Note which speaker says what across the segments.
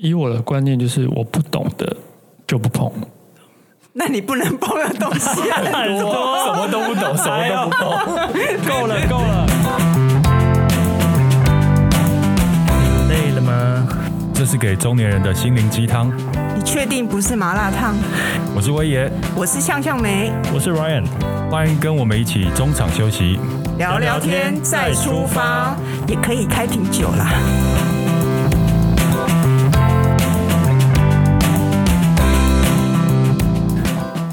Speaker 1: 以我的观念就是，我不懂的就不碰。
Speaker 2: 那你不能碰的东西啊很多，
Speaker 1: 什么都不懂，什么都不懂，哎够 了，够了。累了吗？
Speaker 3: 这是给中年人的心灵鸡汤。
Speaker 2: 你确定不是麻辣烫？
Speaker 3: 我是威爷，
Speaker 2: 我是向向梅，
Speaker 3: 我是 Ryan，欢迎跟我们一起中场休息。
Speaker 2: 聊聊天再出发，也可以开瓶酒啦。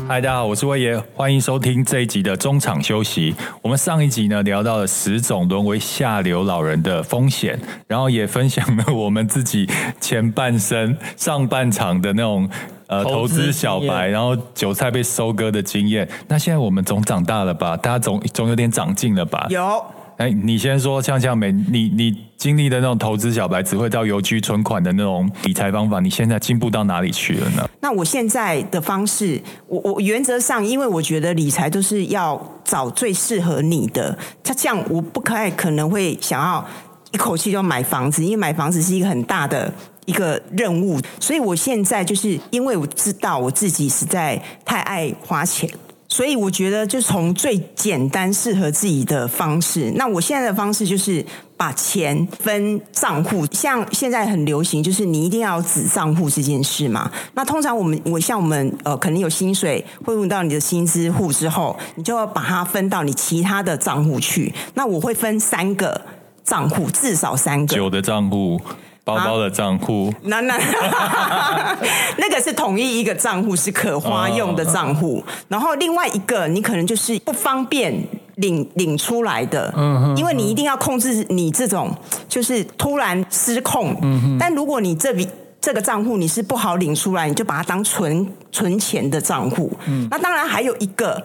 Speaker 3: 嗨，大家好，我是威爷，欢迎收听这一集的中场休息。我们上一集呢聊到了十种沦为下流老人的风险，然后也分享了我们自己前半生、上半场的那种呃投
Speaker 1: 投资
Speaker 3: 资小
Speaker 1: 经
Speaker 3: 白，
Speaker 1: 验
Speaker 3: 然后韭菜被收割的经验。那现在我们总长大了吧？大家总总有点长进了吧？
Speaker 2: 有，
Speaker 3: 哎，你先说，向向美，你你经历的那种投资小白，只会到邮局存款的那种理财方法，你现在进步到哪里去了呢？
Speaker 2: 那我现在的方式，我我原则上，因为我觉得理财都是要找最适合你的。它这样，我不太可能会想要一口气就买房子，因为买房子是一个很大的一个任务。所以我现在就是因为我知道我自己实在太爱花钱。所以我觉得，就从最简单适合自己的方式。那我现在的方式就是把钱分账户，像现在很流行，就是你一定要有子账户这件事嘛。那通常我们，我像我们呃，可能有薪水汇入到你的薪资户之后，你就要把它分到你其他的账户去。那我会分三个账户，至少三个。
Speaker 3: 酒的账户，包包的账户，
Speaker 2: 那那 那个是统一一个账户，是可花用的账户。然后另外一个，你可能就是不方便领领出来的，因为你一定要控制你这种就是突然失控。但如果你这笔这个账户你是不好领出来，你就把它当存存钱的账户。那当然还有一个，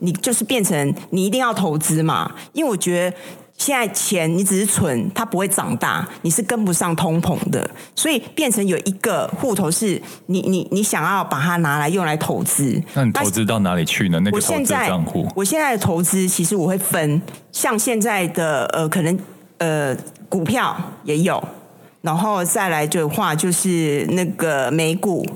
Speaker 2: 你就是变成你一定要投资嘛，因为我觉得。现在钱你只是存，它不会长大，你是跟不上通膨的，所以变成有一个户头是你你你想要把它拿来用来投资。
Speaker 3: 那你投资到哪里去呢？那个
Speaker 2: 我
Speaker 3: 投
Speaker 2: 现
Speaker 3: 资
Speaker 2: 在
Speaker 3: 账户，
Speaker 2: 我现在的投资其实我会分，像现在的呃，可能呃股票也有，然后再来的话就是那个美股，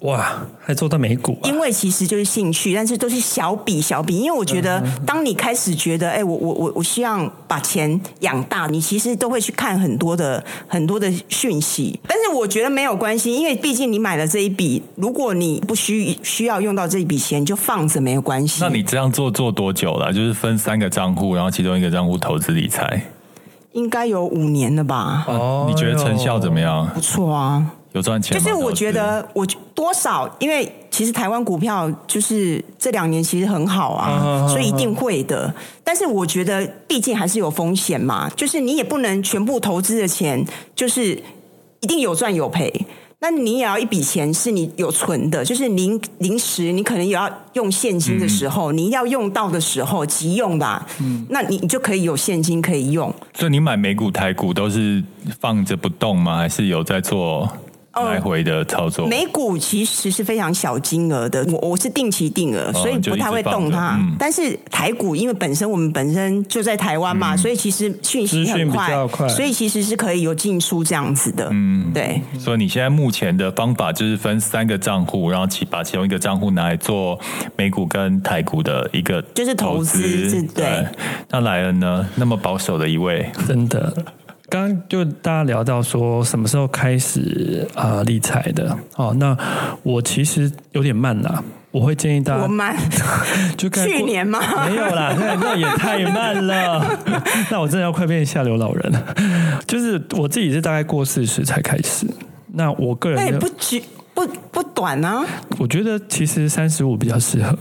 Speaker 1: 哇，还做到美股、啊？
Speaker 2: 因为其实就是兴趣，但是都是小笔小笔。因为我觉得，
Speaker 3: 嗯
Speaker 2: 当你开始觉得，哎、我我我我希望把钱养大，你其实都会去看很多的很多的讯息。但是我觉得没有关系，因为毕竟你买了这一笔，如果你不需需要用到这一笔钱，你就放着没有关系。
Speaker 3: 那你这样做做多久了？就是分三个账户，然后其中一个账户投资理财，
Speaker 2: 应该有五年了吧？
Speaker 1: 哦
Speaker 3: 你觉得成效怎么
Speaker 1: 样？
Speaker 3: 样？
Speaker 2: 不错啊。
Speaker 3: 有赚钱
Speaker 2: 就
Speaker 3: 吗？
Speaker 2: 是我
Speaker 3: 投资
Speaker 2: 觉得我多少，因为其实台湾股票就是这两年其实很好啊，所以一定会的。但是我觉得毕竟还是有风险嘛，就是你也不能全部投资的钱就是一定有赚有赔。那你也要一笔钱是你有存的，就是临临时你可能也要用现金的时候，你要用到的时候急用吧，那你你就可以有现金可以用。
Speaker 3: 所以你买美股、台股都是放着不动吗？还是有在做
Speaker 2: 哦
Speaker 3: 来回的操作？
Speaker 2: 美股其实是非常小金额的，我我是定期定
Speaker 1: 哦
Speaker 2: 额，所以不太会动它。
Speaker 3: 就一直放着嗯
Speaker 2: 但是台股因为本身我们本身就在台湾嘛，所以其实讯息
Speaker 1: 嗯资讯
Speaker 2: 很
Speaker 1: 比较快
Speaker 2: 所以其实是可以有进出这样子的。嗯，对。
Speaker 3: 所以你现在目前的方法就是分三个账户，然后其把其中一个账户拿来做美股跟台股的一个
Speaker 2: 就是投资是对
Speaker 3: 那莱恩呢？那么保守的一位，
Speaker 1: 真的。刚刚就大家聊到说什么时候开始啊、呃理财的哦，那我其实有点慢啦，我会建议大
Speaker 2: 我
Speaker 1: 家
Speaker 2: 蛮
Speaker 1: 就看
Speaker 2: 去年嘛，
Speaker 1: 没有 啦，那那也太慢了。 那我真的要快变下流老人了。就是我自己是大概过四十才开始。那我个
Speaker 2: 那也
Speaker 1: 人
Speaker 2: 不
Speaker 1: 的，
Speaker 2: 久不不短啊，
Speaker 1: 我觉得其实三十五比较适合，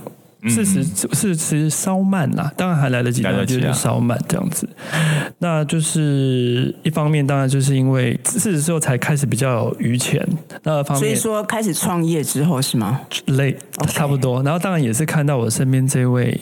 Speaker 1: 四十四十稍慢啦，当然还来得及，
Speaker 3: 嗯来得
Speaker 1: 但
Speaker 3: 及啊
Speaker 1: 就是稍慢这样子。那就是一方面，当然就是因为四十之后才开始比较有余钱，那二方
Speaker 2: 所以
Speaker 1: 面
Speaker 2: 说开始创业之后是吗？
Speaker 1: 累差不多。然后当然也是看到我身边这位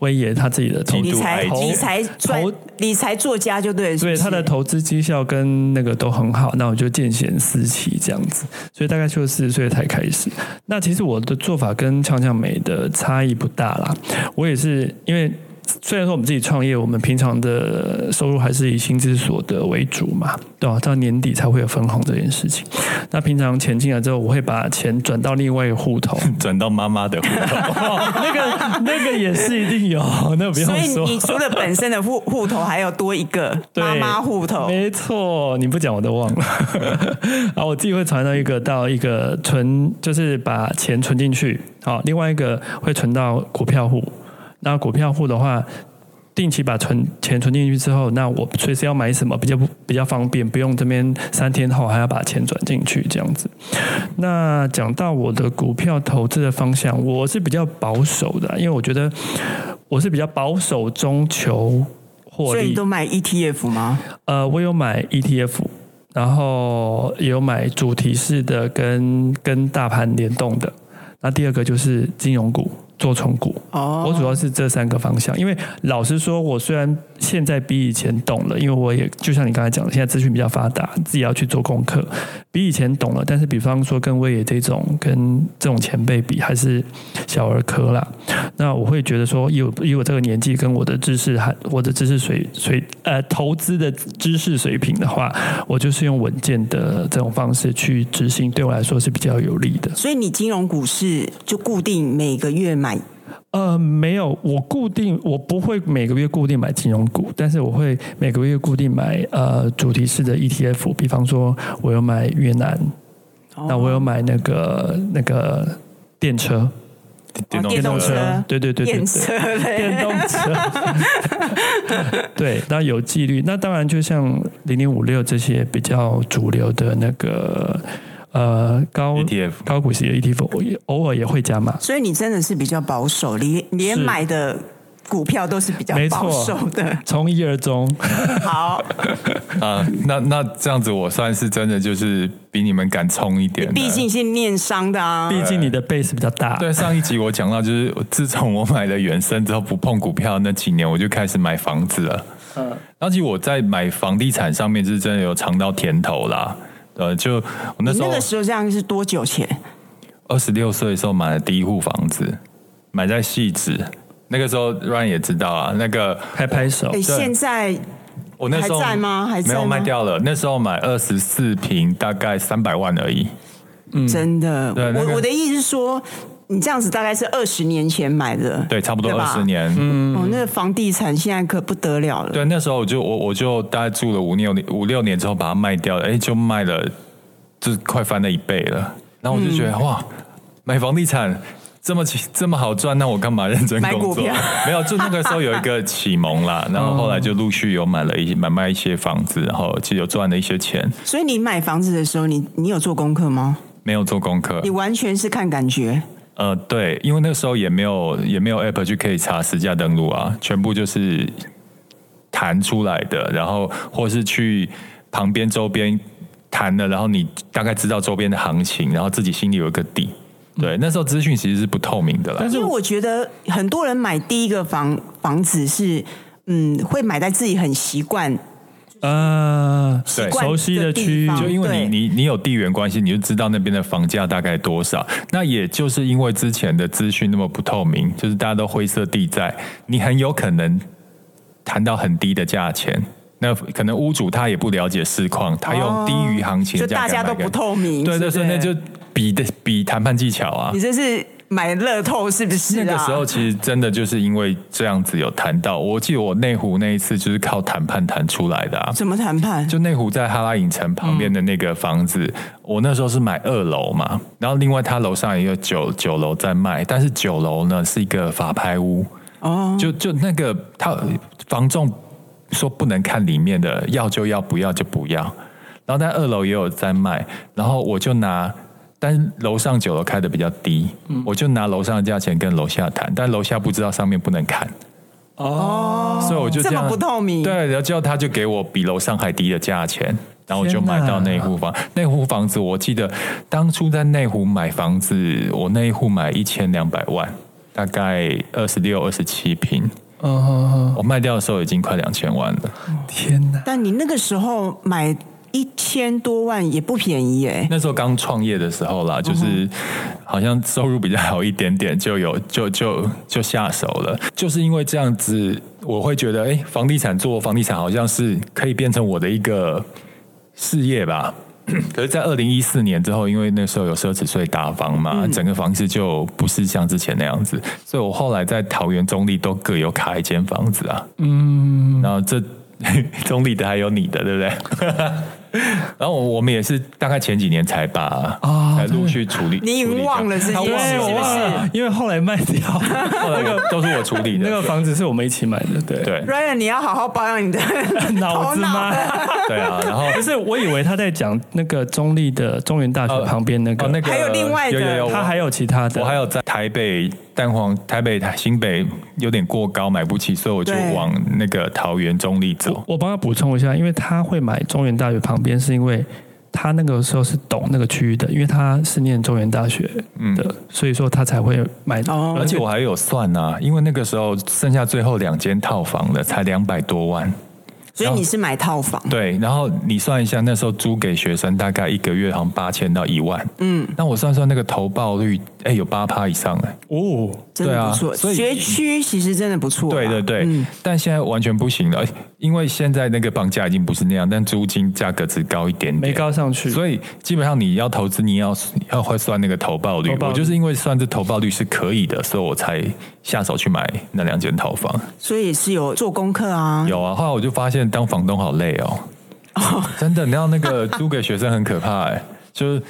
Speaker 1: 威爷他自己的投
Speaker 3: 极
Speaker 2: 理
Speaker 3: 度
Speaker 2: 财
Speaker 3: 爱
Speaker 2: 理
Speaker 3: 情
Speaker 2: 财专
Speaker 1: 投
Speaker 2: 理财作家就对了，是不
Speaker 1: 对
Speaker 2: 是
Speaker 1: 他的投资绩效跟那个都很好，那我就见贤思齐这样子，所以大概就是四十岁才开始。那其实我的做法跟强强美的差异不大啦，我也是因为虽然说我们自己创业，我们平常的收入还是以薪资所得为主嘛，对吧、到年底才会有分红这件事情。那平常钱进来之后，我会把钱转到另外一个户头，
Speaker 3: 转到妈妈的户 头，
Speaker 1: 哦、那个那个也是一定有，那不用
Speaker 2: 所以
Speaker 1: 说。
Speaker 2: 你除了本身的户户头，还有多一个
Speaker 1: 对
Speaker 2: 妈妈户头，
Speaker 1: 没错，你不讲我都忘了。 啊，我自己会传到一个到一个存，就是把钱存进去，好，另外一个会存到股票户。那股票户的话，定期把存钱存进去之后，那我随时要买什么比较不比较方便，不用这边三天后还要把钱转进去这样子。那讲到我的股票投资的方向，我是比较保守的，啊因为我觉得我是比较保守中求获
Speaker 2: 所以
Speaker 1: 利
Speaker 2: 你都买 ETF 吗？
Speaker 1: 呃，我有买 ETF，然后也有买主题式的跟跟大盘联动的。那第二个就是金融股、做存股。
Speaker 2: 哦，
Speaker 1: 我主要是这三个方向，因为老实说，我虽然现在比以前懂了，因为我也就像你刚才讲的，现在资讯比较发达，自己要去做功课，比以前懂了。但是，比方说跟威野这种跟这种前辈比，还是小儿科啦。那我会觉得说，以我以我这个年纪跟我的知识还我的知识水水呃投资的知识水平的话，我就是用稳健的这种方式去执行，对我来说是比较有利的。
Speaker 2: 所以你金融股市就固定每个月买，
Speaker 1: 呃，没有，我固定我不会每个月固定买金融股，但是我会每个月固定买呃主题式的 ETF，比方说我有买越南，
Speaker 2: 哦
Speaker 1: 那我有买那个那个电车，
Speaker 2: 哦电动车
Speaker 1: 对对对对
Speaker 2: 电
Speaker 1: 对。
Speaker 2: 车 嘞，
Speaker 1: 电动车，对，那有纪律。那当然，就像零零五六这些比较主流的那个呃高
Speaker 3: ETF
Speaker 1: 高股息的 ETF，我也偶尔也会加码。
Speaker 2: 所以你真的是比较保守，连连
Speaker 1: 是
Speaker 2: 买的股票都是比较
Speaker 1: 没错
Speaker 2: 保守 的。
Speaker 1: 从一而终，
Speaker 2: 好，
Speaker 3: 啊、那那这样子，我算是真的就是比你们敢冲一点了。
Speaker 2: 毕竟是念商的啊，
Speaker 1: 毕竟你的 base 比较大。
Speaker 3: 对上一集我讲到，就是我自从我买了原生之后不碰股票那几年，我就开始买房子了。嗯，然后其实我在买房地产上面是真的有尝到甜头啦。呃，就我那
Speaker 2: 你
Speaker 3: 时
Speaker 2: 那
Speaker 3: 候
Speaker 2: 个时候这样是多久前？
Speaker 3: 二十六岁的时候买了第一户房子，买在汐止。那个时候 Ryan 也知道啊，那个
Speaker 1: 拍拍手
Speaker 2: 哎、，现在
Speaker 3: 我那时候
Speaker 2: 还在吗还在
Speaker 3: 没有
Speaker 2: 吗
Speaker 3: 卖掉了。那时候买二十四平，大概三百万而已。
Speaker 2: 真的，
Speaker 3: 嗯对那
Speaker 2: 我
Speaker 3: 个
Speaker 2: 我的意思是说，你这样子大概是二十年前买的，
Speaker 3: 对，差不多
Speaker 2: 对
Speaker 3: 二
Speaker 2: 吧
Speaker 3: 十。年。嗯
Speaker 2: 哦，那个房地产现在可不得了了。
Speaker 3: 对，那时候我就我我就大概住了五六年五六年之后把它卖掉了，哎，就卖了，就是快翻了一倍了。然后我就觉得、
Speaker 2: 嗯
Speaker 3: 哇，买房地产这么起这么好赚，那我干嘛认真
Speaker 2: 买
Speaker 3: 工
Speaker 2: 股
Speaker 3: 作
Speaker 2: 票？
Speaker 3: 没有，就那个时候有一个启蒙 啦，然后后来就
Speaker 2: 嗯
Speaker 3: 陆续有买了一些买卖一些房子，然后就有赚了一些钱，
Speaker 2: 所以你买房子的时候，你你有做功课吗？
Speaker 3: 没有做功课
Speaker 2: 你。完全是看感觉。
Speaker 3: 呃，对，因为那时候也没有也没有 app 去可以查实价登录啊，全部就是弹出来的，然后或是去旁边周边谈的，然后你大概知道周边的行情，然后自己心里有一个底。对，那时候资讯其实是不透明的啦
Speaker 1: 但。是
Speaker 2: 因为我觉得很多人买第一个房房子是，嗯，会买在自己很习惯
Speaker 1: 呃，
Speaker 2: 习
Speaker 3: 对
Speaker 2: 惯
Speaker 1: 熟悉的
Speaker 2: 地
Speaker 1: 区域
Speaker 2: 方
Speaker 3: 就因为
Speaker 2: 嗯对
Speaker 3: 你你你有地缘关系，你就知道那边的房价大概多少。那也就是因为之前的资讯那么不透明，就是大家都灰色地带，你很有可能谈到很低的价钱。那可能屋主他也不了解市况，他用低于行情
Speaker 2: 哦就
Speaker 3: 的价
Speaker 2: 大
Speaker 3: 格
Speaker 2: 家
Speaker 3: 买
Speaker 2: 都
Speaker 3: 给
Speaker 2: 不透明。
Speaker 3: 对对，
Speaker 2: 对不
Speaker 3: 所
Speaker 2: 对，
Speaker 3: 以那就比的比谈判技巧啊
Speaker 2: 你。这是买乐透是不是、啊？
Speaker 3: 那个时候其实真的就是因为这样子有谈到，我记得我内湖那一次就是靠谈判谈出来的啊。
Speaker 2: 怎么谈判？
Speaker 3: 就内湖在哈拉影城旁边的那个房子，我那时候是买二楼嘛，然后另外它楼上也有九九楼在卖，但是九楼呢是一个法拍屋，哦，就就那个他房仲说不能看里面的，要就要，不要就不要。然后在二楼也有在卖，然后我就拿，但是楼上九楼开的比较低，
Speaker 2: 嗯
Speaker 3: 我就拿楼上的价钱跟楼下谈，但楼下不知道上面不能看，哦，所以我就这
Speaker 2: 这
Speaker 3: 样
Speaker 2: 么不透明
Speaker 3: 对，然后之后他就给我比楼上还低的价钱。然后我就
Speaker 1: 天哪
Speaker 3: 买到那户房，那户房子我记得当初在内湖买房子，我那一户买一千两百万，大概二十六、二十七平，
Speaker 1: 嗯、
Speaker 3: 我卖掉的时候已经快两千万了。
Speaker 1: 天哪，
Speaker 2: 但你那个时候买一千多万也不便宜哎、
Speaker 3: 那时候刚创业的时候啦，就是好像收入比较好一点点，就有就就就下手了。就是因为这样子，我会觉得，哎、房地产做房地产好像是可以变成我的一个事业吧。 可是，在二零一四年之后，因为那时候有奢侈税打房嘛，
Speaker 2: 嗯
Speaker 3: 整个房市就不是像之前那样子，所以我后来在桃园中立都各有卡一间房子啊。嗯，然后这 中立的还有你的，对不对？ 然后我们也是大概前几年才把
Speaker 1: 啊
Speaker 3: 才陆续处理。
Speaker 2: 你已
Speaker 3: 处理
Speaker 2: 经
Speaker 3: 掉
Speaker 2: 忘了这件
Speaker 3: 他
Speaker 2: 事
Speaker 3: 忘了
Speaker 1: 对，我
Speaker 2: 是不
Speaker 1: 忘了，因为后来卖掉
Speaker 3: 后来我都是我处理的。
Speaker 1: 那个房子是我们一起买的，对
Speaker 3: 对
Speaker 2: Ryan，你要好好保 养你的
Speaker 1: 脑
Speaker 2: 头
Speaker 1: 子
Speaker 2: 脑
Speaker 1: 吗？
Speaker 2: 了。
Speaker 3: 对啊，然后
Speaker 1: 不是，我以为他在讲那个中立的中原大学
Speaker 3: 呃
Speaker 1: 旁边那个，
Speaker 3: 哦那个
Speaker 2: 还有另外的
Speaker 3: 有有有，
Speaker 1: 他
Speaker 3: 我
Speaker 1: 哦还有其他的，
Speaker 3: 我还有在台北蛋黄、台北新北有点过高，买不起，所以我就
Speaker 2: 对
Speaker 3: 往那个桃园中立走。
Speaker 1: 我帮他补充一下，因为他会买中原大学旁边，是因为他那个时候是懂那个区域的，因为他是念中原大学的，所以说他才会买。
Speaker 2: 哦
Speaker 3: 而且我还有算啊，因为那个时候剩下最后两间套房了，才两百多万。
Speaker 2: 所以你是买套房，
Speaker 3: 对，然后你算一下，那时候租给学生大概一个月好像八千到一万。嗯，那我算算那个投报率，哎，有八趴以上哎、
Speaker 1: 哦，
Speaker 2: 真的不
Speaker 3: 对
Speaker 2: 错。
Speaker 3: 啊所以
Speaker 2: 学区其实真的不错啊。
Speaker 3: 对对对，但现在完全不行了，哎因为现在那个房价已经不是那样，但租金价格只高一点点，
Speaker 1: 没高上去，
Speaker 3: 所以基本上你要投资，你要要会算那个投报率。
Speaker 1: 投报率
Speaker 3: 我就是因为算这投报率是可以的，所以我才下手去买那两间套房。
Speaker 2: 所以是有做功课啊。
Speaker 3: 有啊，后来我就发现当房东好累哦，真的，你知道那 个租给学生很可怕哎、就是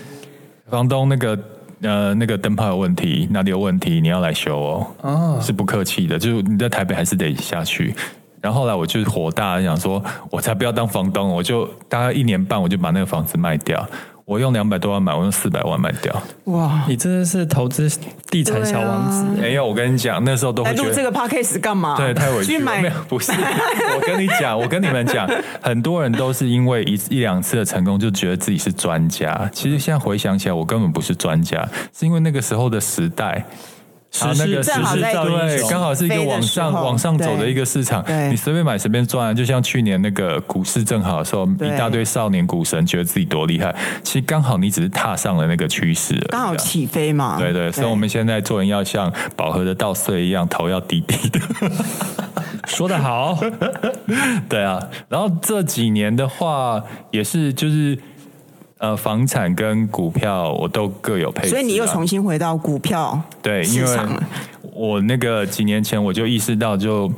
Speaker 3: 房东那个。呃，那个灯泡有问题，哪里有问题，你要来修哦。是不客气的，就是你在台北还是得下去。然后后来我就火大，想说，我才不要当房东，我就大概一年半，我就把那个房子卖掉。我用两百多万买，我用四百万卖掉。
Speaker 2: 哇，
Speaker 1: 你真的是投资地产小王子。
Speaker 3: 没有，我跟你讲，那时候都
Speaker 2: 来
Speaker 3: 会觉
Speaker 2: 哎录
Speaker 3: 得
Speaker 2: 这个 podcast 干嘛？
Speaker 3: 对，太委屈
Speaker 2: 去
Speaker 3: 了。没有
Speaker 2: 买，
Speaker 3: 不是，我跟你讲，我跟你们讲，很多人都是因为一一两次的成功就觉得自己是专家。其实现在回想起来，我根本不是专家，是因为那个时候的时代。
Speaker 1: 时
Speaker 3: 啊那
Speaker 1: 势
Speaker 3: 个
Speaker 1: 时
Speaker 2: 正好
Speaker 1: 势
Speaker 2: 在
Speaker 1: 造英
Speaker 3: 对，
Speaker 1: 雄，
Speaker 3: 刚好是一个
Speaker 2: 飞的
Speaker 3: 往
Speaker 2: 时
Speaker 3: 上
Speaker 2: 候
Speaker 3: 往上走的
Speaker 2: 对
Speaker 3: 一个市场
Speaker 2: 对，
Speaker 3: 你随便买随便赚啊，就像去年那个股市正好的时候，
Speaker 2: 对
Speaker 3: 一大堆少年股神觉得自己多厉害，其实刚好你只是踏上了那个趋势而已啊，
Speaker 2: 刚好起飞嘛。
Speaker 3: 对对，所以我们现在做人要像饱和的稻穗一样，头要低低的。
Speaker 1: 说得好，
Speaker 3: 对啊，然后这几年的话，也是就是呃，房产跟股票我都各有配置啊、
Speaker 2: 所以你又重新回到股票
Speaker 3: 对，因
Speaker 2: 市
Speaker 3: 为
Speaker 2: 场了。
Speaker 3: 我那个几年前我就意识到，就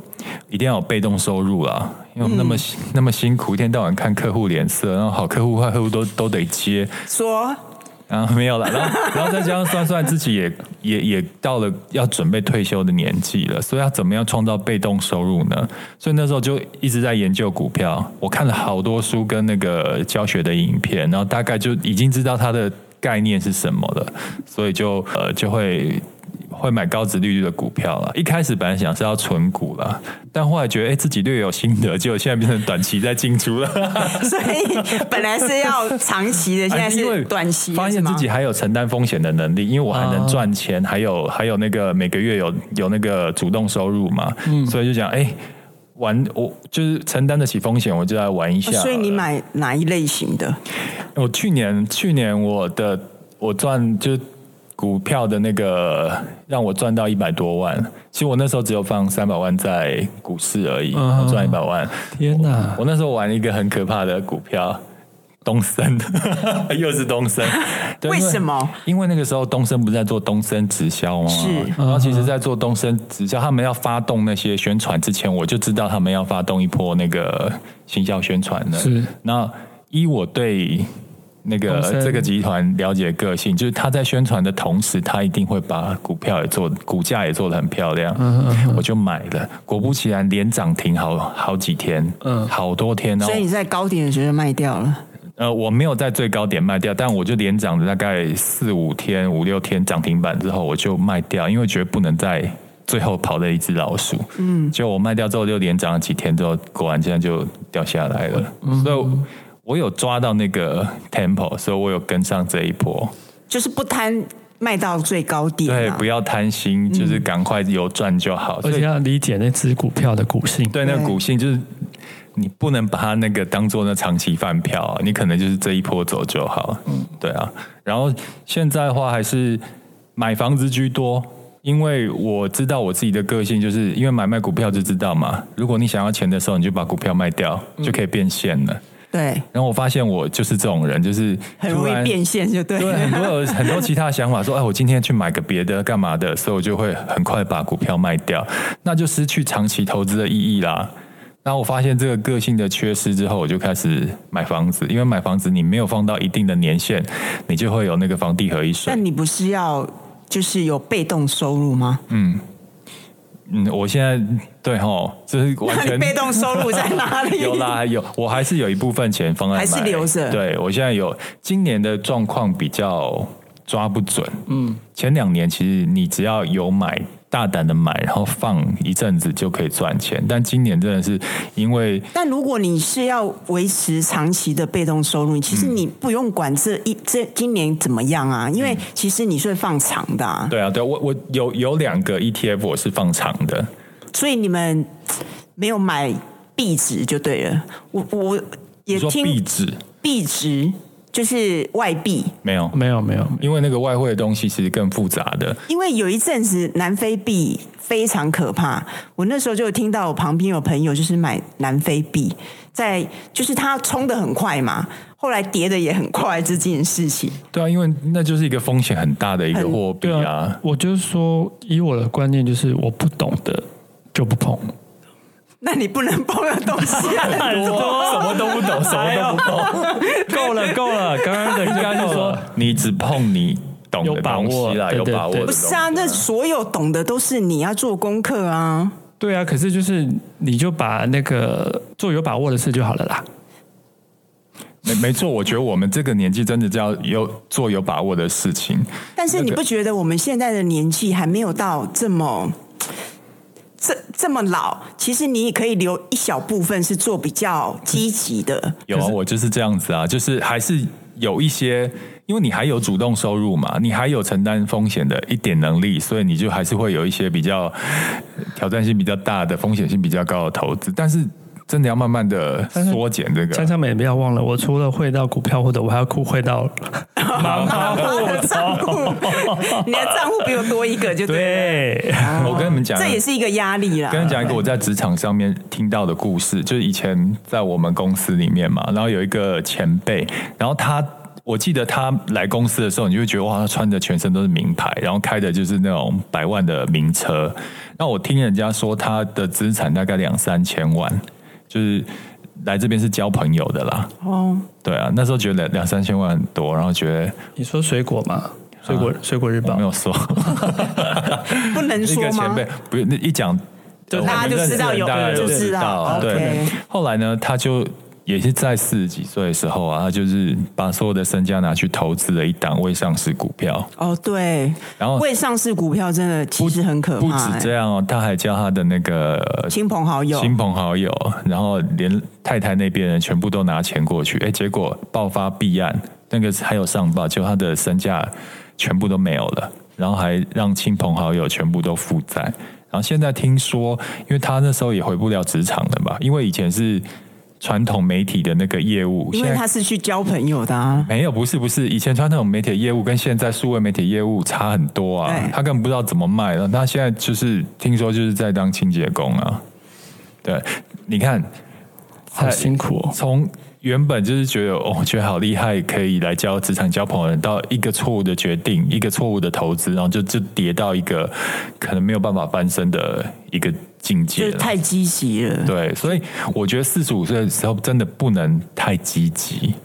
Speaker 3: 一定要有被动收入啦，因为我们那么、
Speaker 2: 嗯
Speaker 3: 那么辛苦，一天到晚看客户脸色，然后好客户坏客户都都得接，
Speaker 2: 说
Speaker 3: 啊，没有了，然后然后再加上算算自己也也也到了要准备退休的年纪了，所以要怎么样创造被动收入呢？所以那时候就一直在研究股票，我看了好多书跟那个教学的影片，然后大概就已经知道它的概念是什么了，所以就呃就会。会买高值利率的股票了。一开始本来想是要存股啦，但后来觉得哎、自己略有心得，结果现在变成短期在进出了。
Speaker 2: 所以本来是要长期的，现在
Speaker 3: 啊因为
Speaker 2: 是短期的，
Speaker 3: 发现
Speaker 2: 是吗哦
Speaker 3: 自己还有承担风险的能力，因为我还能赚钱，还有还有那个每个月有有那个主动收入嘛，
Speaker 2: 嗯
Speaker 3: 所以就讲哎、玩我就是承担得起风险，我就来玩一下
Speaker 2: 哦
Speaker 3: 好了、
Speaker 2: 所以你买哪一类型的？
Speaker 3: 我去年去年我的我赚就是股票的那个让我赚到一百多万，其实我那时候只有放三百万在股市而已，
Speaker 1: 嗯
Speaker 3: 我赚一百万。
Speaker 1: 天哪！
Speaker 3: 我那时候玩一个很可怕的股票，东森， 又是东森。对
Speaker 2: 为什么？
Speaker 3: 哦因因为那个时候东森不是在做东森直销吗？
Speaker 2: 是
Speaker 3: 然后其实在做东森直销，他们要发动那些宣传之前，我就知道他们要发动一波那个行销宣传了。
Speaker 1: 是
Speaker 3: 那依我对。那个
Speaker 1: 东森
Speaker 3: 这个集团了解个性，就是他在宣传的同时，他一定会把股票也做，股价也做得很漂亮。
Speaker 1: 嗯
Speaker 3: 我就买了，果不其然，连涨停好好几天，
Speaker 1: 嗯
Speaker 3: 好多天哦。
Speaker 2: 所以你在高点的时候就卖掉了，
Speaker 3: 呃，我没有在最高点卖掉，但我就连涨了大概四五天、五六天涨停板之后，我就卖掉，因为觉得不能再最后跑了一只老鼠。嗯，结果我卖掉之后就连涨了几天之后，果然现在就掉下来了。所以我，我有抓到那个 tempo，所以我有跟上这一波。
Speaker 2: 就是不贪卖到最高点、
Speaker 3: 对，
Speaker 2: 啊。
Speaker 3: 不要贪心，就是赶快有赚就好。
Speaker 1: 而
Speaker 3: 所以
Speaker 1: 且要理解那只股票的股性，
Speaker 3: 对，那
Speaker 2: 对
Speaker 3: 股性就是你不能把它那个当做那长期饭票啊、 你可能就是这一波走就好。嗯，对啊。然后现在的话还是买房子居多，因为我知道我自己的个性，就是因为买卖股票就知道嘛，如果你想要钱的时候，你就把股票卖掉，
Speaker 2: 嗯
Speaker 3: 就可以变现了。
Speaker 2: 对，
Speaker 3: 然后我发现我就是这种人，就是
Speaker 2: 很容
Speaker 3: 突然
Speaker 2: 易变现，就对
Speaker 3: 对，
Speaker 2: 了。
Speaker 3: 很多有很多其他想法，说哎，我今天去买个别的干嘛的，所以我就会很快把股票卖掉，那就失去长期投资的意义啦。那我发现这个个性的缺失之后，我就开始买房子，因为买房子你没有放到一定的年限，你就会有那个房地合一税。
Speaker 2: 但你不是要就是有被动收入吗？
Speaker 3: 嗯，我现在对吼，就是完
Speaker 2: 那 你
Speaker 3: 全
Speaker 2: 被动收入在哪 里？
Speaker 3: 有啦，有，我还是有一部分钱放在
Speaker 2: 还是
Speaker 3: 买
Speaker 2: 留着
Speaker 3: 对我现在有今年的状况比较抓不准，嗯，前两年其实你只要有买。大胆的买，然后放一阵子就可以赚钱。但今年真的是因为
Speaker 2: 但如果你是要维持长期的被动收入，其实
Speaker 3: 嗯
Speaker 2: 你不用管这一这今年怎么样啊，因为其实你是会放长的、啊，
Speaker 3: 对啊，对啊我我有有两个 ETF 我是放长的，
Speaker 2: 所以你们没有买币值就对了。我我
Speaker 3: 你
Speaker 2: 也
Speaker 3: 说壁
Speaker 2: 听
Speaker 3: 纸
Speaker 2: 币值就是外币，
Speaker 3: 没有？
Speaker 1: 没有没有，
Speaker 3: 因为那个外汇的东西其实更复杂的，
Speaker 2: 因为有一阵子南非币非常可怕，我那时候就听到我旁边有朋友就是买南非币，在就是它冲的很快嘛，后来跌的也很快，这件事情。
Speaker 3: 对啊，因为那就是一个风险很大的一个
Speaker 2: 很
Speaker 3: 货币
Speaker 1: 对
Speaker 3: 啊
Speaker 1: 啊，我就是说，以我的观念，就是我不懂的就不碰。
Speaker 2: 那你不能碰的东西啊 很
Speaker 1: 很
Speaker 2: 多，哎
Speaker 1: 多
Speaker 3: 什么都 不懂，什么都不懂。够了，够了，刚刚的应该是说
Speaker 2: 啊
Speaker 3: 你只碰你懂的东西啦，有
Speaker 1: 有
Speaker 3: 把
Speaker 1: 把
Speaker 3: 握
Speaker 1: 握对对对
Speaker 2: 不
Speaker 3: 的东
Speaker 2: 是
Speaker 3: 西
Speaker 2: 啊？那所有懂的都是你要做功课啊。
Speaker 1: 对啊，可是就是你就把那个做有把握的事就好了啦。
Speaker 3: 没没错，我觉得我们这个年纪真的叫有做有把握的事情。
Speaker 2: 但是你不觉得我们现在的年纪还没有到这么？这这么老，其实你也可以留一小部分是做比较积极 的，
Speaker 3: 有啊，我就是这样子啊，就是还是有一些，因为你还有主动收入嘛，你还有承担风险的一点能力，所以你就还是会有一些比较挑战性比较大的、风险性比较高的投资，但是。真的要慢慢的
Speaker 1: 是
Speaker 3: 缩减
Speaker 2: 啊
Speaker 3: 这个，
Speaker 1: 香香们也不要忘了，我除了会到股票户的，我还要酷会到
Speaker 3: 啊
Speaker 1: 妈妈户
Speaker 2: 我的账户，你的账户比我多一个就对了，
Speaker 1: 对，
Speaker 3: 我跟你们讲啊，
Speaker 2: 这也是一个压力啦。
Speaker 3: 跟你讲一个我在职场上面听到的故事，就是以前在我们公司里面嘛，然后有一个前辈，然后他。我记得他来公司的时候，你就会觉得哇，他穿的全身都是名牌，然后开的就是那种百万的名车。那我听人家说他的资产大概两三千万，就是来这边是交朋友的啦。
Speaker 2: 哦，
Speaker 3: 对啊，那时候觉得两两三千万很多，然后觉得
Speaker 1: 你说水果嘛，水
Speaker 2: 啊
Speaker 1: 果、水果日
Speaker 3: 我
Speaker 1: 报
Speaker 3: 没，有说，
Speaker 2: 不能
Speaker 3: 一
Speaker 2: 说
Speaker 3: 个前
Speaker 2: 吗
Speaker 3: 辈？不是那一讲，哦
Speaker 1: 就
Speaker 3: 我们
Speaker 2: 大家就知道
Speaker 3: 认识的人
Speaker 2: 有
Speaker 3: 大家
Speaker 1: 对
Speaker 3: 就
Speaker 1: 就
Speaker 3: 知
Speaker 2: 知
Speaker 3: 道
Speaker 2: 道。
Speaker 3: 对
Speaker 2: OK，
Speaker 3: 后来呢，他就也是在四十几岁的时候啊，他就是把所有的身家拿去投资了一档未上市股票，
Speaker 2: 哦，对，
Speaker 3: 然后
Speaker 2: 未上市股票真的其实很可
Speaker 3: 不
Speaker 2: 怕、
Speaker 3: 止
Speaker 2: 欸，
Speaker 3: 这样哦，他还叫他的那个
Speaker 2: 亲朋好友，
Speaker 3: 亲朋好友，然后连太太那边人全部都拿钱过去，哎，结果爆发弊案，那个还有上报，就他的身价全部都没有了，然后还让亲朋好友全部都负债，然后现在听说，因为他那时候也回不了职场了吧，因为以前是传统媒体的那个业务，
Speaker 2: 因
Speaker 3: 现
Speaker 2: 为
Speaker 3: 在
Speaker 2: 他是去交朋友的、啊，
Speaker 3: 没有，不是不是，以前传统媒体的业务跟现在数位媒体业务差很多啊
Speaker 2: 对，
Speaker 3: 他根本不知道怎么卖了。他现在就是听说就是在当清洁工啊，对，你看
Speaker 1: 好辛苦哦。
Speaker 3: 从原本就是觉得哦，觉得好厉害，可以来交职场交朋友，到一个错误的决定，一个错误的投资，然后就就跌到一个可能没有办法翻身的一个境
Speaker 2: 就
Speaker 3: 界
Speaker 2: 是
Speaker 3: 了。
Speaker 2: 太积极了。
Speaker 3: 对，所以我觉得四十五岁的时候真的不能太积极。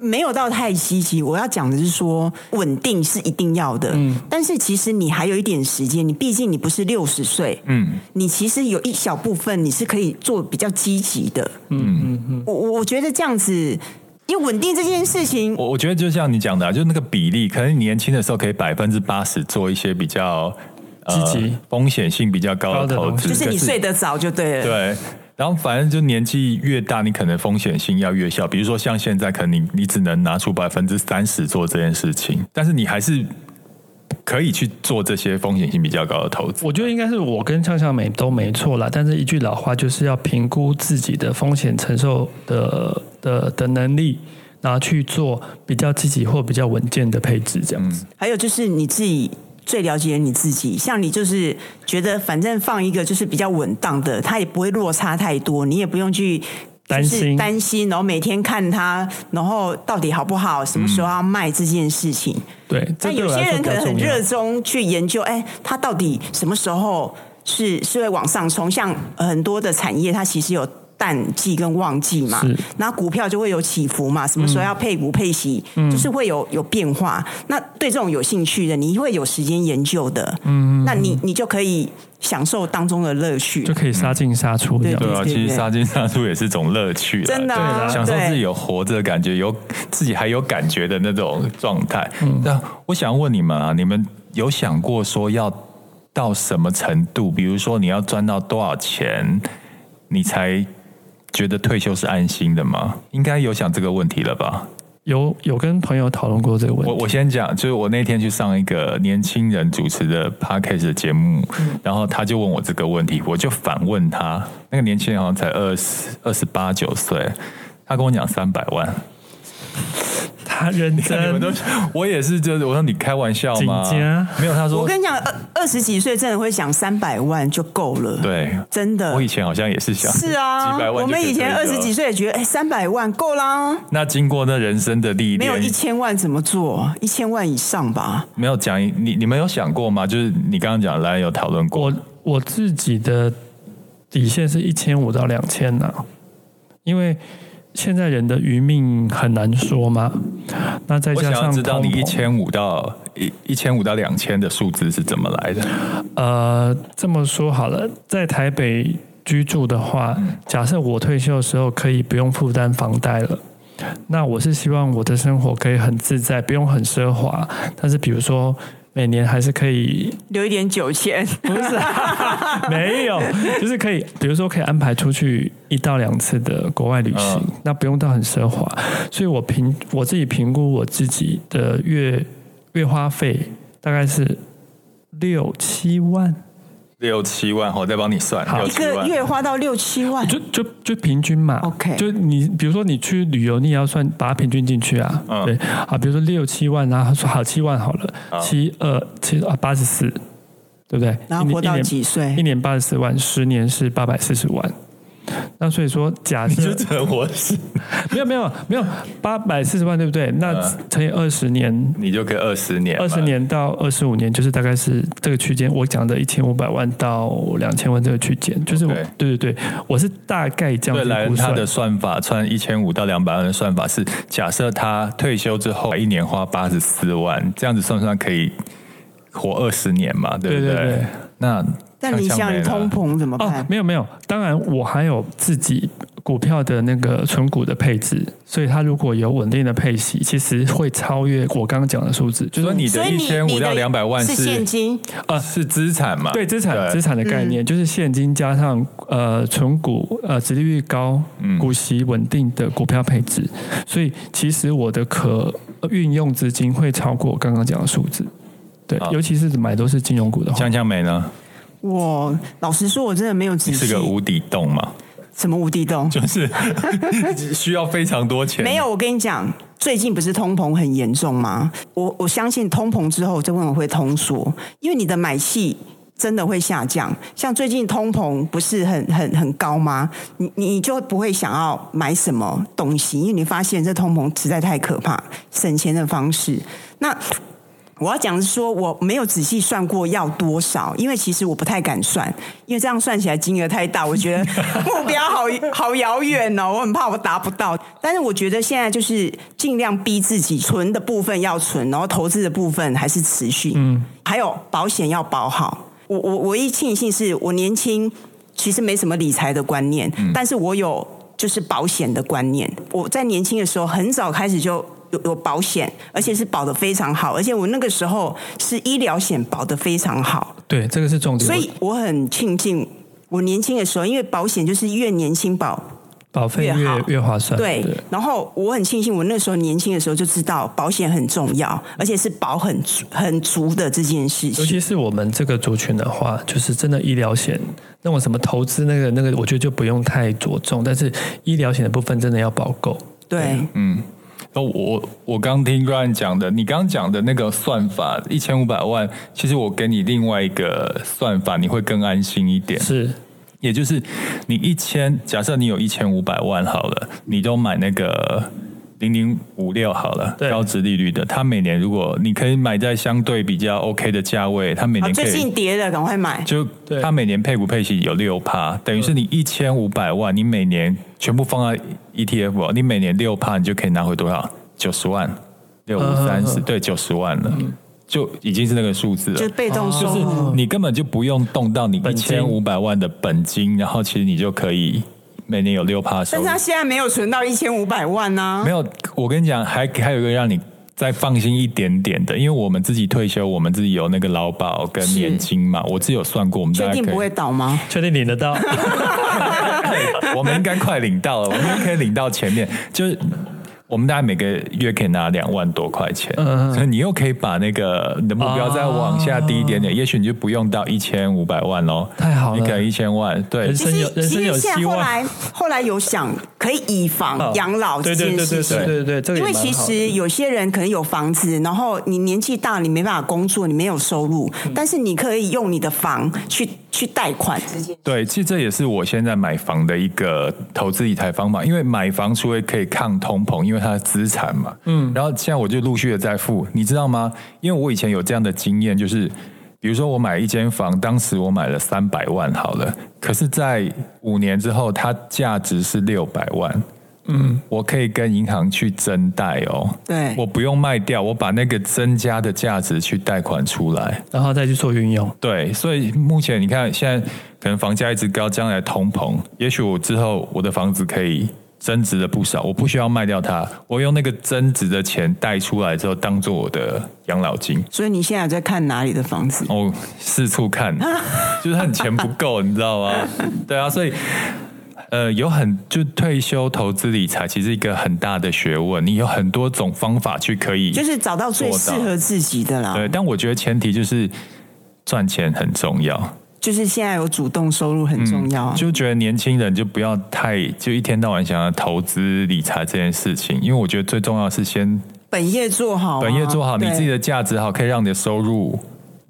Speaker 2: 没有到太积极。我要讲的是说，稳定是一定要的，但是其实你还有一点时间，你毕竟你不是六十岁，嗯，你其实有一小部分你是可以做比较积极的，嗯嗯嗯。我我我觉得这样子，因为稳定这件事情，
Speaker 3: 我我觉得就像你讲的、啊，就是那个比例，可能你年轻的时候可以百分之八十做一些比较、呃
Speaker 1: 积极
Speaker 3: 风险性比较高
Speaker 1: 高
Speaker 3: 的
Speaker 1: 的
Speaker 3: 投
Speaker 1: 东西
Speaker 3: 资，
Speaker 2: 就是你
Speaker 3: 可
Speaker 2: 睡得早就对了。啊
Speaker 3: 对。然后反正就年纪越大，你可能风险性要越小。比如说像现在，可能你你只能拿出百分之三十做这件事情，但是你还是可以去做这些风险性比较高的投资。
Speaker 1: 我觉得应该是我跟向向美都没错啦，但是一句老话就是要评估自己的风险承受的的的能力，然后去做比较积极或比较稳健的配置，这样子。
Speaker 2: 还有就是你自己最了解你自己，像你就是觉得反正放一个就是比较稳当的，它也不会落差太多，你也不用去。
Speaker 1: 担心
Speaker 2: 就是担心，然后每天看它，然后到底好不好，什么时候要卖这件事情。
Speaker 1: 对，这
Speaker 2: 但
Speaker 1: 对
Speaker 2: 有
Speaker 1: 我
Speaker 2: 些
Speaker 1: 来说
Speaker 2: 人
Speaker 1: 比
Speaker 2: 可
Speaker 1: 较
Speaker 2: 能很
Speaker 1: 重要
Speaker 2: 热。衷去研究，哎，它到底什么时候是是会往上冲？像很多的产业，它其实有淡季跟旺季嘛
Speaker 1: 是，
Speaker 2: 那股票就会有起伏嘛，什么时候要配股配息，
Speaker 1: 嗯
Speaker 2: 就是会有有变化。那对这种有兴趣的，你会有时间研究的，嗯，那你你就可以享受当中的乐趣
Speaker 1: 就。可以杀进杀出这样子。
Speaker 3: 对啊，
Speaker 2: 对
Speaker 3: 其实
Speaker 2: 对
Speaker 3: 杀进杀出也是种乐趣啦，
Speaker 2: 真的啊
Speaker 3: 对啦
Speaker 2: 对
Speaker 3: 享受自己有活着的感觉，有自己还有感觉的那种状态。
Speaker 2: 嗯
Speaker 3: 那、我想问你们啊，你们有想过说要到什么程度？比如说你要赚到多少钱，你才觉得退休是安心的吗？应该有想这个问题了吧？
Speaker 1: 有有跟朋友讨论过这个问
Speaker 3: 我
Speaker 1: 题，
Speaker 3: 我先讲，就是我那天去上一个年轻人主持的 podcast 的节目，
Speaker 2: 嗯
Speaker 3: 然后他就问我这个问题，我就反问他，那个年轻人好像才二十二十八九岁，他跟我讲三百万，
Speaker 1: 他认
Speaker 3: 你 们
Speaker 1: 真
Speaker 3: 都，我也是，就是我说你开玩笑吗
Speaker 1: 紧张？
Speaker 3: 没有，他
Speaker 2: 我
Speaker 3: 说
Speaker 2: 跟你讲，二二十几岁真的会想三百万就够了，
Speaker 3: 对，
Speaker 2: 真的
Speaker 3: 我以。前好像也是想
Speaker 2: 是啊
Speaker 3: 几百，万
Speaker 2: 我
Speaker 3: 就可
Speaker 2: 们以前
Speaker 3: 退
Speaker 2: 二
Speaker 3: 休
Speaker 2: 十几，岁也觉得，哎，三百万够啦。
Speaker 3: 那经过那人生的历练，
Speaker 2: 没有一千万怎么做？一千万以上吧。
Speaker 3: 没有讲一你你们有想过吗？就是你刚刚讲来有讨论过，
Speaker 1: 我我自己的底线是一千五到两千呐，因为现在人的余命很难说嘛。那再
Speaker 3: 我
Speaker 1: 加
Speaker 3: 想要
Speaker 1: 上
Speaker 3: 知道你
Speaker 1: 通膨
Speaker 3: 一千五到一一千五到两千的数字是怎么来的？
Speaker 1: 呃，这么说好了，在台北居住的话，假设我退休的时候可以不用负担房贷了。那我是希望我的生活可以很自在，不用很奢华，但是比如说每年还是可以
Speaker 2: 留一点九千，
Speaker 1: 不是、啊 没有，就是可以，比如说可以安排出去一到两次的国外旅行，
Speaker 3: 嗯
Speaker 1: 那不用到很奢华。所以我评我自己评估我自己的月月花费大概是六七万，
Speaker 3: 六七万，我再帮你算，
Speaker 1: 好
Speaker 3: 六
Speaker 2: 一
Speaker 3: 七
Speaker 2: 个
Speaker 3: 万。
Speaker 2: 月花到六七万，
Speaker 1: 就就就平均嘛。
Speaker 2: OK
Speaker 1: 就你比如说你去旅游，你也要算把它平均进去啊。
Speaker 3: 嗯
Speaker 1: 对，啊，比如说六七万，然后说好七万好了，七二七啊八十四，对不对？
Speaker 2: 嗯然后
Speaker 1: 一年
Speaker 2: 活到
Speaker 1: 一年
Speaker 2: 几岁
Speaker 1: 一年八十四万，十年是八百四十万。那所以说，假设
Speaker 3: 只能活死，
Speaker 1: 没有没有没有八百四十万，对不对？那
Speaker 3: 嗯
Speaker 1: 乘以二十年，
Speaker 3: 你就可以二十年嘛，
Speaker 1: 二十年到二十五年，就是大概是这个区间。我讲的一千五百万到两千万这个区间，就是我
Speaker 3: OK
Speaker 1: 对对对，我是大概这样
Speaker 3: 对
Speaker 1: 子
Speaker 3: 来
Speaker 1: 估
Speaker 3: 人他
Speaker 1: 算
Speaker 3: 的算法，算一千五到两百万的算法是，假设他退休之后一年花八十四万，这样子算不算可以活二十年嘛？对不
Speaker 1: 对对对
Speaker 3: 那
Speaker 2: 但你
Speaker 3: 想想
Speaker 2: 想
Speaker 3: 没
Speaker 2: 通
Speaker 3: 了
Speaker 2: 膨怎么
Speaker 1: 哦
Speaker 2: 办，？
Speaker 1: 没有没有，当然我还有自己股票的那个存股的配置，所以它如果有稳定的配息，其实会超越我刚刚讲的数字，就
Speaker 3: 所
Speaker 1: 是
Speaker 3: 以你
Speaker 2: 所
Speaker 3: 的
Speaker 2: 以
Speaker 3: 一
Speaker 2: 你
Speaker 3: 千五到两百万
Speaker 2: 你的是现金，
Speaker 3: 啊是资产嘛？
Speaker 1: 对资产资产的概
Speaker 2: 嗯
Speaker 1: 念，就是现金加上呃存股呃殖利率高、股息稳定的股票配置，所以其实我的可呃运用资金会超过我刚刚讲的数字。对，尤其是买都是金融股的话
Speaker 3: 香，香梅呢？
Speaker 2: 我老实说，我真的没有仔
Speaker 3: 是
Speaker 2: 细
Speaker 3: 个无底 洞嘛？
Speaker 2: 什么无底洞，
Speaker 3: 就是需要非常多钱，
Speaker 2: 没有。我跟你讲，最近不是通膨很严重吗？我我相信通膨之后，这问我会通缩，因为你的买气。真的会下降，像最近通膨不是很很很高吗？你你就不会想要买什么东西，因为你发现这通膨实在太可怕，省钱的方式。那我要讲的是说，我没有仔细算过要多少，因为其实我不太敢算，因为这样算起来金额太大，我觉得目标好好遥远哦，我很怕我达不到。但是我觉得现在就是尽量逼自己存的部分要存，然后投资的部分还是持续，嗯，还有保险要保好。我我我一庆幸是我年轻，其实没什么理财的观念，但是我有就是保险的观念。我在年轻的时候很早开始就有有保险，而且是保的非常好，而且我那个时候是医疗险保的非常好，
Speaker 1: 对，这个是重点。
Speaker 2: 所以我很庆幸我年轻的时候，因为保险就是越年轻保
Speaker 1: 保费
Speaker 2: 越好
Speaker 1: 越越划算。
Speaker 2: 对，然后我很庆幸，我那时候年轻的时候就知道保险很重要，而且是保很足很足的这件事
Speaker 1: 尤
Speaker 2: 情。
Speaker 1: 其是我们这个族群的话，就是真的医疗险那种什么投资那个那个，我觉得就不用太着重，但是医疗险的部分真的要保够。
Speaker 2: 对，
Speaker 3: 哦，我我刚听 Ryan 讲的，你刚讲的那个算法一千五百万，其实我给你另外一个算法，你会更安心一点。
Speaker 1: 是，
Speaker 3: 也就是你一千，假设你有一千五百万好了，你都买那个零零五六好了，
Speaker 1: 对
Speaker 3: 高值利率的，它每年如果你可以买在相对比较 OK 的价位，它每
Speaker 2: 好，
Speaker 3: 年可
Speaker 2: 啊最近
Speaker 3: 以。
Speaker 2: 跌了，赶快买。
Speaker 3: 就
Speaker 1: 对
Speaker 3: 它每年配股配息有六趴，等于是你一千五百万，你每年全部放在 ETF，哦你每年六趴，你就可以拿回多少？九十万，六五三
Speaker 1: 嗯
Speaker 3: 十，对，九十万了，就已经是那个数字了，
Speaker 2: 哦就被动收入，
Speaker 3: 你根本就不用动到你一
Speaker 1: 哦本金
Speaker 3: 千五百万的本金，然后其实你就可以每年有六趴收
Speaker 2: 但
Speaker 3: 入
Speaker 2: 是。他现在没有存到一千五百万啊呐、
Speaker 3: 没有，我跟你讲，还还有一个让你再放心一点点的，因为我们自己退休，我们自己有那个劳保跟
Speaker 2: 是
Speaker 3: 年金嘛，我自己有算过，我们大
Speaker 2: 确
Speaker 3: 概
Speaker 2: 定
Speaker 3: 可以
Speaker 2: 不会倒吗？
Speaker 1: 确定领得 到？
Speaker 3: 我们应该快领到了，我们可以领到前面，就是我们大概每个月可以拿两万多块钱，
Speaker 1: 嗯
Speaker 3: 所以你又可以把那个你的目标再往下低一点点，也许你就不用到一千五百万喽，
Speaker 1: 啊太好了
Speaker 3: 你可能一千万，对
Speaker 1: 人，
Speaker 2: 其
Speaker 1: 生有
Speaker 2: 实，
Speaker 1: 人生
Speaker 2: 其
Speaker 1: 有
Speaker 2: 实现在
Speaker 1: 希
Speaker 2: 后
Speaker 1: 望。
Speaker 2: 来后来有想可以以
Speaker 1: 哦
Speaker 2: 房养老
Speaker 1: 对
Speaker 2: 这
Speaker 1: 对
Speaker 2: 件
Speaker 1: 对对
Speaker 2: 事
Speaker 1: 对
Speaker 2: 情。
Speaker 1: 对对，这个
Speaker 2: 因
Speaker 1: 也
Speaker 2: 为
Speaker 1: 蛮
Speaker 2: 其
Speaker 1: 好
Speaker 2: 实有些人可能有房子，然后你年纪大，你没办法工作，你没有收入，
Speaker 1: 嗯
Speaker 2: 但是你可以用你的房去去贷款这件
Speaker 3: 对，其实这也是我现在买房的一个投资理财方法，因为买房除了可以抗通膨，因为它的资产嘛，嗯，然后现在我就陆续的在付，你知道吗？因为我以前有这样的经验，就是比如说我买一间房，当时我买了三百万好了，可是，在五年之后，它价值是六百万。嗯，我可以跟银行去增贷哦，
Speaker 2: 对
Speaker 3: 我不用卖掉，我把那个增加的价值去贷款出来，
Speaker 1: 然后再去做运用。
Speaker 3: 对，所以目前你看，现在可能房价一直高，将来通膨，也许我之后我的房子可以增值了不少，我不需要卖掉它，我用那个增值的钱贷出来之后，当做我的养老金。
Speaker 2: 所以你现在有在看哪里的房子？
Speaker 3: 哦，四处看，就是他很钱不够，你知道吗？对啊，所以。呃，有很就退休投资理财，其实一个很大的学问，你有很多种方法去可以，
Speaker 2: 就是找到最适合自己的啦。
Speaker 3: 对，但我觉得前提就是赚钱很重要。
Speaker 2: 就是现在有主动收入很重
Speaker 1: 嗯
Speaker 2: 要啊。
Speaker 3: 就觉得年轻人就不要太就一天到晚想要投资理财这件事情，因为我觉得最重要的是先
Speaker 2: 本业做好啊、
Speaker 3: 本业做好，你
Speaker 2: 对
Speaker 3: 自己的价值好，可以让你的收入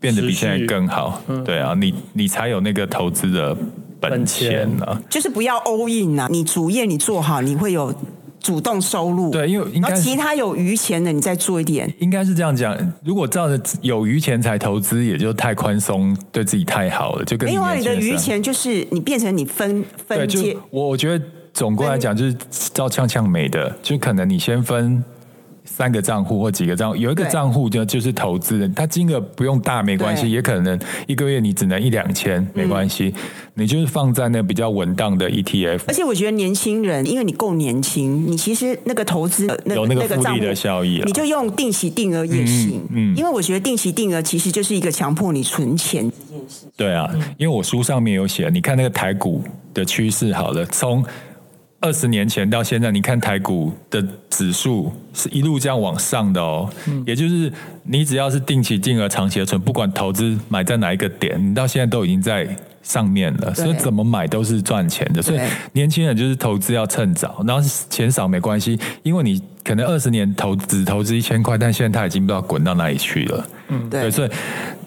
Speaker 3: 变得比现在更好。对啊，你你才有那个投资的本钱啊。
Speaker 2: 就是不要 all in 啊，你主业你做好，你会有主动收入。
Speaker 3: 对，因为应
Speaker 2: 然
Speaker 3: 该
Speaker 2: 后
Speaker 3: 是
Speaker 2: 其他有余钱的，你再做一点。
Speaker 3: 应该是这样讲，如果照着有余钱才投资，也就太宽松，对自己太好了，就跟
Speaker 2: 没有啊，
Speaker 3: 年
Speaker 2: 你
Speaker 3: 轻
Speaker 2: 的
Speaker 3: 人
Speaker 2: 余
Speaker 3: 上
Speaker 2: 钱就是你变成你分
Speaker 3: 对，
Speaker 2: 分
Speaker 3: 就
Speaker 2: 阶，
Speaker 3: 我我觉得总归来讲，就是照呛呛美的，就可能你先分。三个账户或几个账户，有一个
Speaker 2: 对
Speaker 3: 账户就就是投资的，它金额不用大没关系，
Speaker 2: 对嗯
Speaker 3: 也可能一个月你只能一两千没关系，你就是放在那比较稳当的 E ETF，
Speaker 2: 而且我觉得年轻人，因为你够年轻，你其实那个投资呃那
Speaker 3: 有那个
Speaker 2: 个
Speaker 3: 复
Speaker 2: 账
Speaker 3: 利
Speaker 2: 户
Speaker 3: 的效益了啊
Speaker 2: 你。就用定期定额也行。
Speaker 3: 嗯嗯
Speaker 2: 因为我觉得定期定额其实就是一个强迫你存钱。
Speaker 3: 对啊，
Speaker 2: 嗯
Speaker 3: 因为我书上面有写，你看那个台股的趋势，好了，从二十年前到现在，你看台股的指数是一路这样往上的哦。
Speaker 2: 嗯
Speaker 3: 也就是你只要是定期定额长期的存，不管投资买在哪一个点，你到现在都已经在上面了，
Speaker 2: 对
Speaker 3: 所以怎么买都是赚钱的。所以
Speaker 2: 对
Speaker 3: 年轻人就是投资要趁早，然后钱少没关系，因为你可能二十年投只投资一千块，但现在它已经不知道滚到哪里去了。
Speaker 2: 嗯对
Speaker 3: 对，所以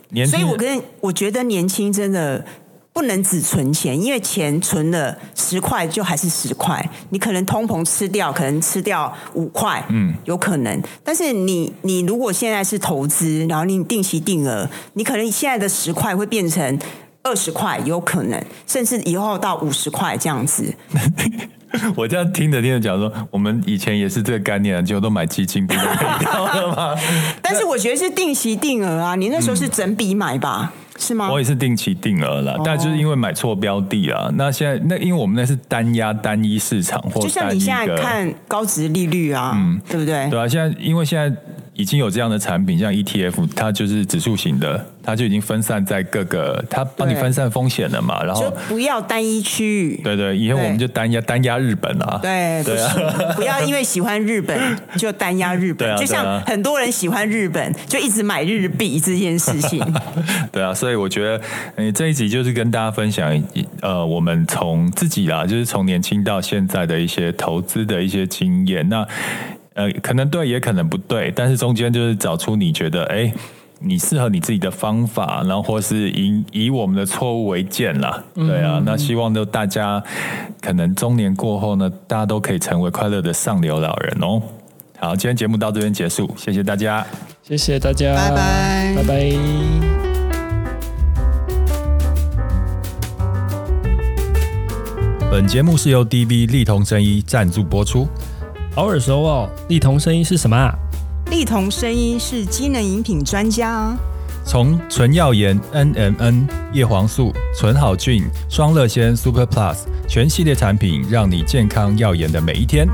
Speaker 3: 年
Speaker 2: 所
Speaker 3: 轻
Speaker 2: 以
Speaker 3: 人
Speaker 2: 我跟我觉得年轻真的不能只存钱，因为钱存了十块就还是十块，你可能通膨吃掉，可能吃掉五块，嗯，有可能。但是你你如果现在是投资，然后你定期定额，你可能现在的十块会变成。二十块有可能，甚至以后到五十块这样子，
Speaker 3: 我这样听着听着讲说，我们以前也是这个概念，结果都买基金，不是买到了 吗？
Speaker 2: 但是我觉得是定期定额啊，你那时候是整笔买吧，是吗？
Speaker 3: 我也是定期定额了，
Speaker 2: 哦
Speaker 3: 但就是因为买错标的啊。那现在那因为我们那是单压单一市场或
Speaker 2: 就像
Speaker 3: 单
Speaker 2: 你
Speaker 3: 一
Speaker 2: 现在
Speaker 3: 个，嗯
Speaker 2: 看高值利率啊，对不对？
Speaker 3: 对啊，现在因为现在已经有这样的产品，像 ETF，它就是指数型的，它就已经分散在各个，它帮你
Speaker 2: 对
Speaker 3: 分散风险了嘛。然
Speaker 2: 就
Speaker 3: 后，
Speaker 2: 不要单一区域。
Speaker 3: 对对，以后我
Speaker 2: 对
Speaker 3: 们就单压单压日本啊。
Speaker 2: 对，
Speaker 3: 对啊
Speaker 2: 不行，不要因为喜欢日 本就单压日本，
Speaker 3: 对啊
Speaker 2: 就
Speaker 3: 对
Speaker 2: 像
Speaker 3: 啊
Speaker 2: 很多人喜欢日本就一直买日币这件事情。
Speaker 3: 对啊，所以我觉得，呃，这一集就是跟大家分享一，呃，我们从自己啦，就是从年轻到现在的一些投资的一些经验。那呃，可能对，也可能不对，但是中间就是找出你觉得，哎。你适合你自己的方法，然后或是以以我们的错误为鉴啦，对啊，那希望就大家可能中年过后呢，大家都可以成为快乐的上流老人哦。好，今天节目到这边结束，谢谢大家。
Speaker 1: 谢谢大家，
Speaker 2: 拜拜
Speaker 1: 拜拜。
Speaker 3: 本节目是由 DV 力同生一赞助播出。
Speaker 1: 偶尔说哦，力同声音是什么啊？
Speaker 2: 力同声音是机能饮品专家啊。
Speaker 3: 从纯耀颜 NMN、叶黄素、纯好菌、双乐仙 Super Plus 全系列产品，让你健康耀眼的每一天。